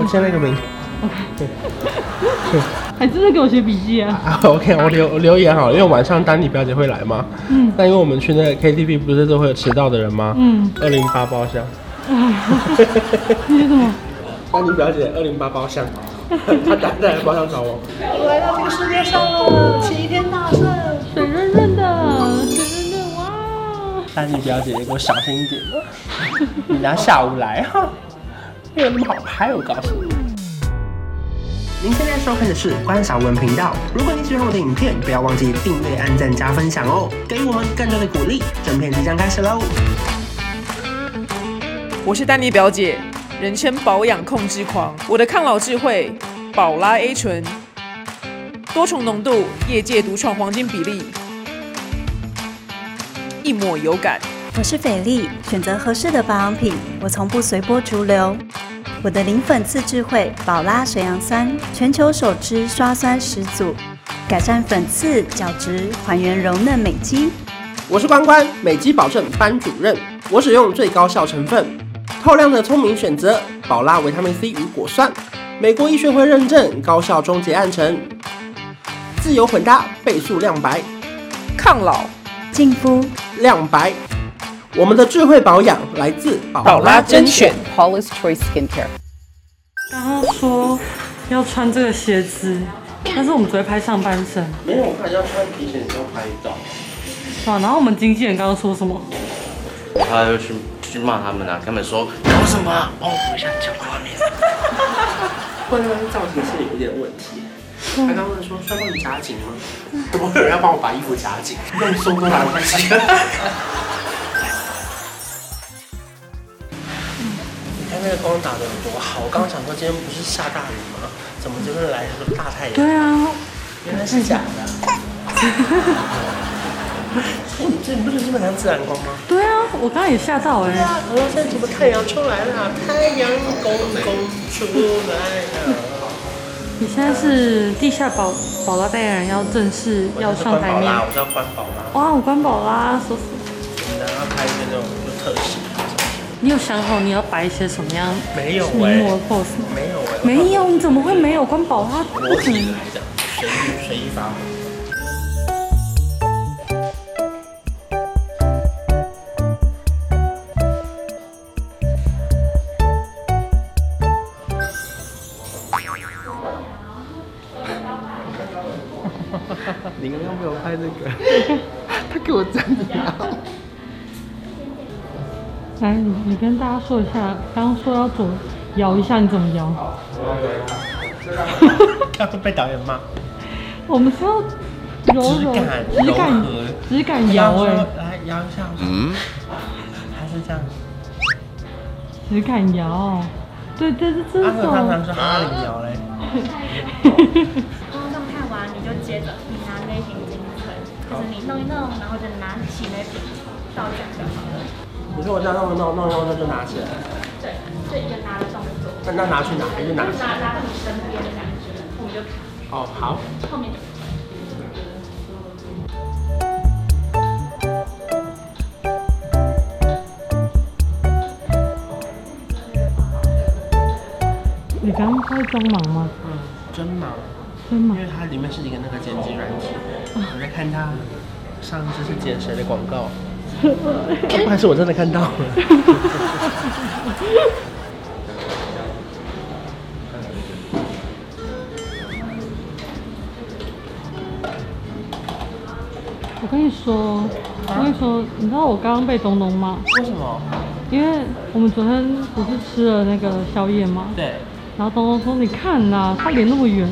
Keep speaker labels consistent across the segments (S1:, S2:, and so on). S1: 那下面一个名。
S2: 还真的给我写笔记啊！
S1: 啊，OK，我留我留言好了，因为晚上丹妮表姐会来嘛。嗯。那因为我们去那个 KTV 不是都会有迟到的人吗？
S2: 嗯。
S1: 二零八包厢。
S2: 你是什么？
S1: 丹妮表姐二零八包厢， 她打在包厢找我。
S3: 我来到这个世界上了，齐天大圣。
S2: 水润润的，水润润，哇！
S1: 丹妮表姐，你给我小心一点，你拿下午来哈，没有那么好拍，我告诉你。您现在收看的是关少文频道。如果你喜欢我的影片，不要忘记订阅、按赞、加分享哦，给予我们更多的鼓励。正片即将开始喽！
S4: 我是丹妮表姐，人称保养控制狂。我的抗老智慧，宝拉 A 醇，多重浓度，业界独创黄金比例，一抹有感。
S5: 我是斐丽，选择合适的保养品，我从不随波逐流。我的零粉刺智慧宝拉水杨酸，全球首支刷酸始祖，改善粉刺、角质，还原柔嫩美肌。
S1: 我是关关，美肌保证班主任。我使用最高效成分，透亮的聪明选择宝拉维他命 C 与果酸，美国医学会认证高效终结暗沉，自由混搭倍速亮白。
S4: 抗老
S5: 净肤
S1: 亮白。我们的智慧保养来自宝
S4: 宝
S1: 拉
S4: 拉
S1: 甄
S4: 甄
S1: 选
S4: 选。
S6: Paula's Choice Skincare。
S2: 然后说要穿这个鞋子，但是我们只会拍上半身，
S1: 没有，我看要穿皮鞋，你要拍照。
S2: 是吧？然后我们经纪人刚刚说什么？
S7: 他就去去骂他们啊，跟他们说搞什么啊、帮我扶一下脚挂面。
S1: 会不会造型是有一点问题？他刚刚问说需要帮你夹紧吗？怎么会有人要帮我把衣服夹紧？用松多拿东西。你看那个光打的有多好！我刚刚想说今天不是下大雨吗？怎么这边来了个大太阳？
S2: 对啊，
S1: 原来是假的。哎，你这你不是基本上自然光吗？
S2: 对啊，我刚刚也吓到哎、
S1: 啊，我说现在怎么太阳出来了？太阳公公出来了。
S2: 你现在是地下宝宝拉代言人，要正式要上台面。
S1: 我是要关宝啦，
S2: 哇，我关宝拉，说死
S1: 然后拍一些那种就特写。
S2: 你有想好你要摆一些什么样
S1: 没有欸
S2: 名模 pose 吗？
S1: 没有哎、
S2: 没有，你怎么会没有？关宝拉不可能。
S1: 这样随意随意发挥。你刚刚没有拍这个，他给我站着啊！
S2: 来，你哎你跟大家说一下，刚刚说要左摇一下，你怎么摇？
S1: 要不被导演骂。
S2: 我们是要柔柔，
S1: 质感
S2: 只敢
S1: 柔和
S2: 只敢摇哎、
S1: 来摇一下，嗯，还是这样。
S2: 只敢摇。对对对，这
S1: 阿和
S2: 是什
S1: 他
S2: 么
S1: 常？是哈林摇嘞，
S8: 哦运动看完，你就接着你拿那一瓶精粹，就是你弄一弄，然后就拿起那瓶到这样就好了。
S1: 你说我这样弄弄弄弄弄就拿起来，
S8: 对，就一个拿的动作，
S1: 那那拿去哪？还是拿
S8: 就？拿拿到你身边的感觉，我们就看
S1: 哦，好。
S8: 后面就。
S2: 你刚刚在装忙吗？
S1: 嗯，真忙，
S2: 真忙
S1: 因。为它里面是一个那个剪辑软体，我在看它上次是剪谁的广 告，但是我真的看到 了。
S2: 我跟你说，我跟你说，你知道我刚刚被东东骂，
S1: 为什么？
S2: 因为我们昨天不是吃了那个宵夜吗？
S1: 对，
S2: 然后东东说：“你看呐、他脸那么圆。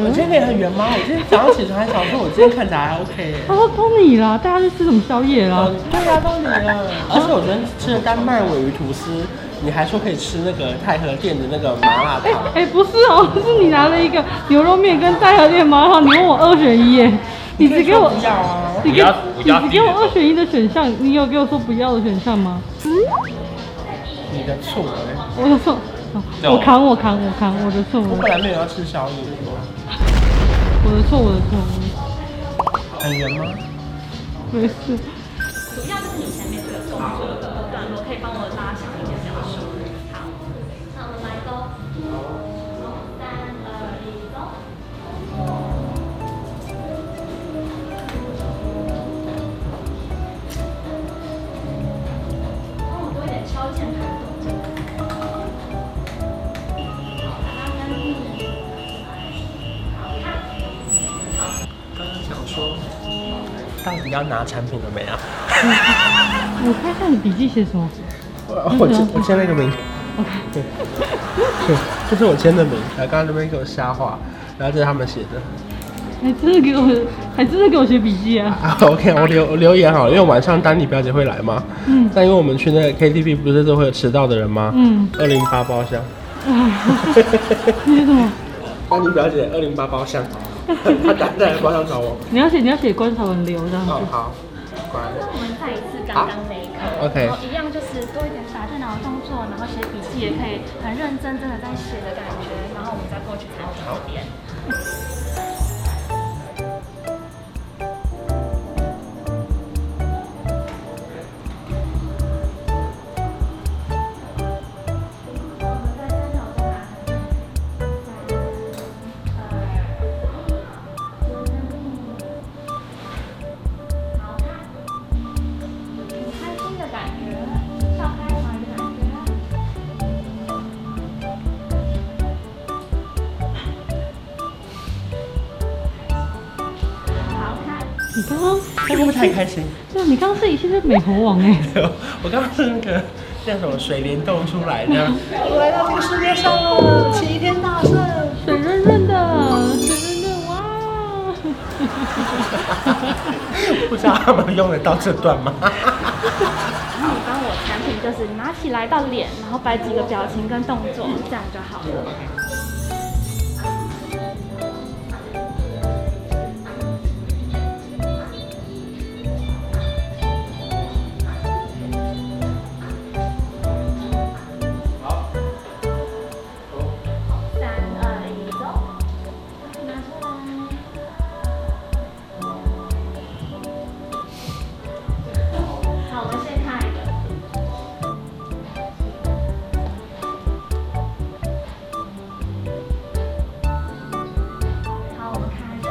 S1: 我今天脸很圆吗？我今天早上起床还想说，我今天看起来还 OK 耶”
S2: 他说：“都你啦，大家去吃什么宵夜啦
S1: 哦，对呀、都你了。而且我昨天吃了丹麦尾鱼吐司，你还说可以吃那个太和店的那个麻辣？”
S2: 哎、
S1: 烫。
S2: 哎、不是哦，是你拿了一个牛肉面跟带和面麻辣，你问我二选一耶，你只给我，
S1: 不要啊！
S2: 你给
S7: 我要我
S2: 你
S7: 要
S2: 只
S7: 低
S2: 给
S7: 的
S2: 我二选一的选项，你有给我说不要的选项吗？
S1: 你的醋哎、
S2: 我就说，哦
S7: 对
S2: 我
S7: 哦
S2: 扛我扛我扛我的错
S1: 我
S2: 我
S1: 本来
S2: 的
S1: 没有要吃宵夜，
S2: 我的错我的错我的错，
S1: 很圆吗？
S2: 没事。
S8: 主要就是你前面这个动作的段落，可以帮我拉长一点描述。好，那我们来到
S1: 到底要拿产品了没啊？
S2: 我看看你笔记写什么。
S1: 我我签我签了一个名。对，这 是我签的名，然后刚刚那边给我瞎画，然后这是他们写的。
S2: 还真的给我，还真的给我写笔记啊！
S1: 啊，OK，我 留我留言啊好了，因为晚上丹妮表姐会来嘛。
S2: 嗯
S1: 但因为我们去那个 KTV 不是都会有迟到的人吗？
S2: 嗯，
S1: 二零八包 厢，
S2: 你写什么？
S1: 丹妮表姐二零八包 厢，她打在包厢找我。
S2: 你要写你要写观察文流这样
S1: 哦，
S2: 子。
S1: 好，乖。
S8: 我们再一次刚刚那一
S1: 好
S8: 刻
S1: ，OK
S8: 然后一样就是多一点耍电脑的动作，然后写笔记也可以很认真真的在写的感觉，然后我们再过去餐厅那边。开心的感觉，笑开怀的感觉。
S2: 你刚刚
S1: 会不会太开心？
S2: 对啊，你刚刚自己现在美猴王哎、
S1: 我刚刚是那个叫什么水帘洞出来这样。
S3: 我来到这个世界上了，齐天大圣。
S2: 水润润的，水润润哇！
S1: 不知道他们用得到这段吗？
S8: 然后你帮我产品就是拿起来到脸，然后摆几个表情跟动作，这样就好了。三二一，走！拿出来。好，我们先看一个。好，我们看一个。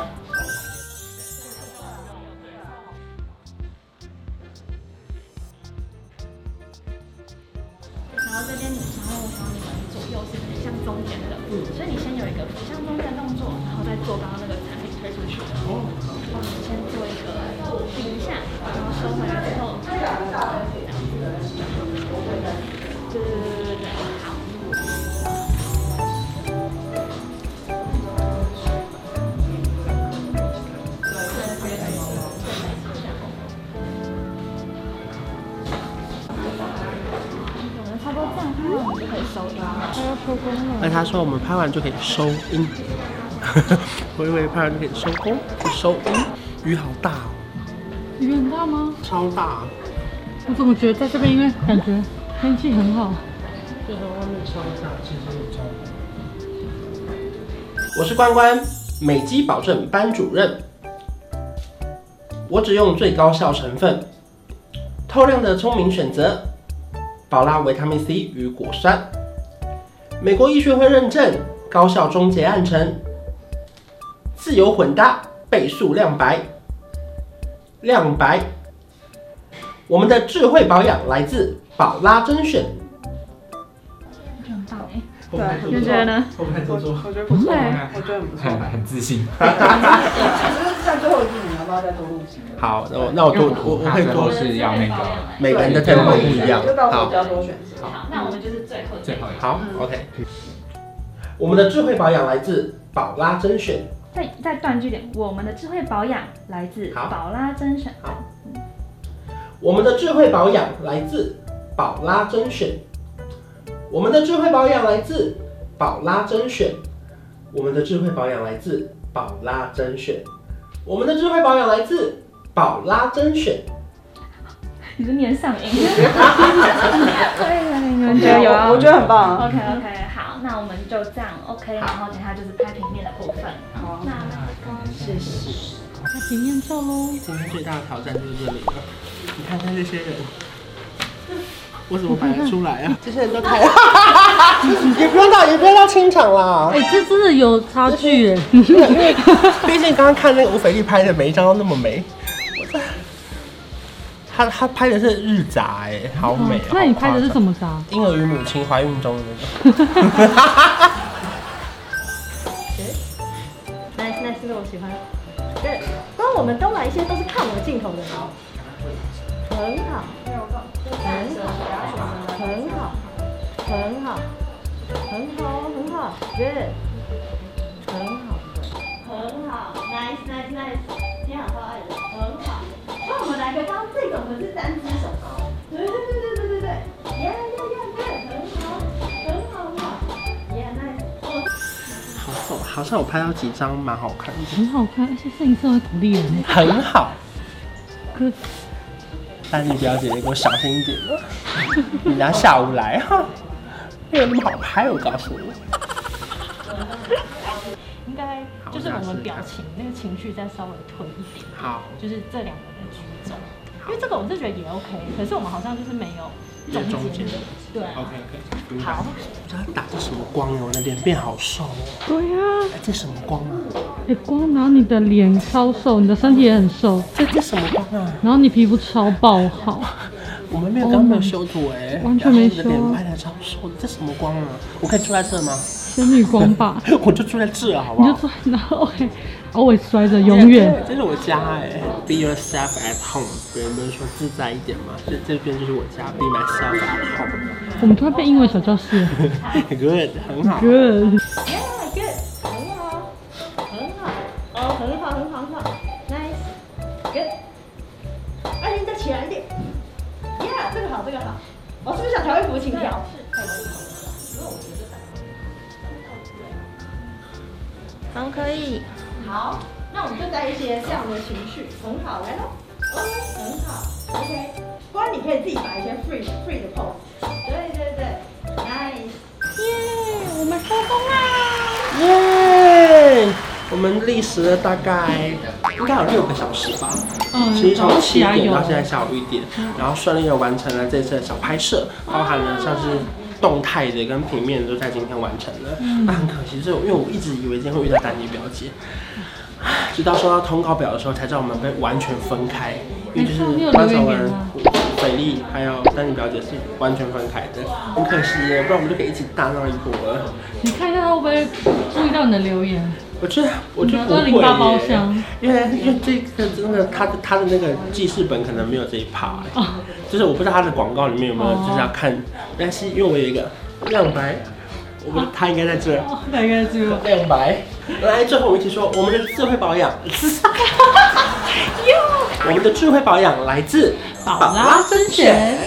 S8: 然后这边你想要我想你们左右是指向中间的，所以你先有一个向中间的动作，然后再做刚刚那个产品推出去的。我们先做一个停一下，然后收回来之后，这样子，对对对对对，好。我们差不多这样看到我们就可以收音了。
S1: 那他说我们拍完就可以收音，我以为拍完就可以收工，不收音。雨好大、哦，
S2: 雨很大吗？
S1: 超大，
S2: 我怎么觉得在这边，因为感觉天气很好。
S1: 就是外面超大，其实也超大。我是关关，美肌保证班主任。我只用最高效成分，透亮的聪明选择，宝拉维他命 C 与果酸，美国医学会认证，高效终结暗沉，自由混搭，倍速亮白，亮白。我们的智慧保养来自宝拉甄选。
S8: 很棒哎、
S1: 我们还做
S8: 你觉得呢？
S1: 我们还
S3: 我
S1: 做做。
S3: 我觉得不错，
S8: 对
S3: 我觉得很不错。
S6: 很自信。
S3: 只是在最后一句，你要不要再多录几个？
S1: 好，那我那我多我我会
S6: 都
S1: 多，
S6: 是要那个
S1: 每个人的 tempo 不一样
S3: 就。到时候
S1: 好
S3: 比，较多选择。
S8: 好，那我们就是最后一
S6: 最
S8: 个。
S6: 后一个。
S1: 好，OK。我们的智慧保养来自宝拉甄选。
S8: 再再断句点，我们的智慧保养来自
S1: 好
S8: 宝拉甄选。
S1: 好我们的智慧保养来自宝拉甄选。我们的智慧保养来自宝拉甄选。我们的智慧保养来自宝拉甄选。我们的智慧保养来自宝拉甄选。
S8: 你是念 上音。对呀，你们觉得有啊
S3: 我我觉得很棒啊。
S8: ？OK OK，好，那我们就这样 OK，然后等一下就是拍平面的部分。
S1: 啊
S3: 好
S8: 那那个
S3: 谢谢。
S2: 那平面照喽，
S1: 今天最大的挑战就是这里了。你看看这些人，我怎么摆得出来啊？ 这些人都太……也不用到，也不用到清场啦。
S2: 哎、这真的有差距哎、
S1: 毕竟刚刚看那个吴斐丽拍的，每一张都那么美。我在他他拍的是日杂，哎，好美、哦
S2: 那你拍的是什？么啥？
S1: 婴儿与母亲怀孕中的那个。
S8: 那那是我喜欢。
S3: 那
S8: 我们东来一些都是看我们镜头的人哦，很好，很好，很好，很好，很好，很好，good，很好，
S9: 很好，nice nice nice，今天很到爱的，很好。那我们来个刚刚这个，我们是单只手刀。对对对对对对对，耶耶耶耶，很好，很好很好，yeah nice。
S1: 好像 好像我拍到几张蛮好看的，
S10: 很好看，而且摄影师会鼓励人耶。欸
S1: 很好。
S10: 可
S1: 但你表姐，你给我小心一点，啊 你拿下午来哈，没有那么好拍，我告诉你。
S10: 应该就是我们表情那个情绪再稍微推一点，
S1: 好，
S10: 就是这两个的举重，因为这个我是觉得也 OK，可是我们好像就是没有
S1: 有中
S10: 中间
S1: 间
S10: 的，对啊
S1: OK OK，
S10: 好，
S1: 这打这什么光呀？我的脸变好瘦哦，
S10: 对呀、
S1: 哎，这什么光啊？
S2: 哎
S10: 你光拿你的脸超瘦，你的身体也很瘦，
S1: 这这什么光啊？
S10: 然后你皮肤超爆好，
S1: 我们没有刚刚没有修图哎、
S10: 完全
S1: 然
S10: 没
S1: 后你
S10: 修
S1: 的
S10: 啊
S1: 脸拍的超瘦，这什么光啊？我可以住在这吗？
S10: 仙女光吧，
S1: 我就住在这好不
S10: 你就
S1: 好？
S10: 坐然后 OK，偶尔摔着，永远
S1: 这是我家哎、b e yourself at home，别人不是说自在一点吗？这这边就是我家，Be myself at home。
S10: 我们突然变英文小教室了
S1: Good，很好。
S10: ，Good，
S8: 很好，很好，哦，很好，很好，很好，nice，good，二零再起来一点，yeah，这个好，这个好，我是不是想调一幅情调？
S9: 好，可以。
S8: 好，那我们就带一些这样的情绪，很好，来喽，OK，很好，OK。不然你可以自己摆一些 free free 的 pose。对对对，nice。
S9: 耶，我们收工啦！
S1: 耶！我们历时了大概应该有六个小时吧，
S10: 嗯
S1: 其实从七点
S10: 早起来有嗯
S1: 到现在下午一点，然后顺利的完成了这次的小拍摄，包含了像是。动态的跟平面都在今天完成了，
S10: 嗯
S1: 那很可惜，是我因为我一直以为今天会遇到丹妮表姐，唉直到收到通告表的时候才知道我们被完全分开，因为就
S10: 没
S1: 是
S10: 错
S1: 关
S10: 你
S1: 守
S10: 有留言
S1: 人
S10: 吗、
S1: 斐丽还有丹妮表姐是完全分开的，很可惜耶，不然我们就可以一起大闹一波了。
S10: 你看一下他会不会注意到你的留言？
S1: 我觉得，我觉得不会
S10: 你的208包
S1: 耶
S10: 厢，
S1: 因为因为这个真的，他的他的那个记事本可能没有这一趴、欸，
S10: 哦
S1: 就是我不知道他的广告里面有没有就是要看，但是因为我有一个亮白，我们他应该在这儿，
S10: 哦，大概就
S1: 亮白，来最后我们一起说，我们的智慧保 养， 我们的智慧保养来自
S10: 宝拉甄选。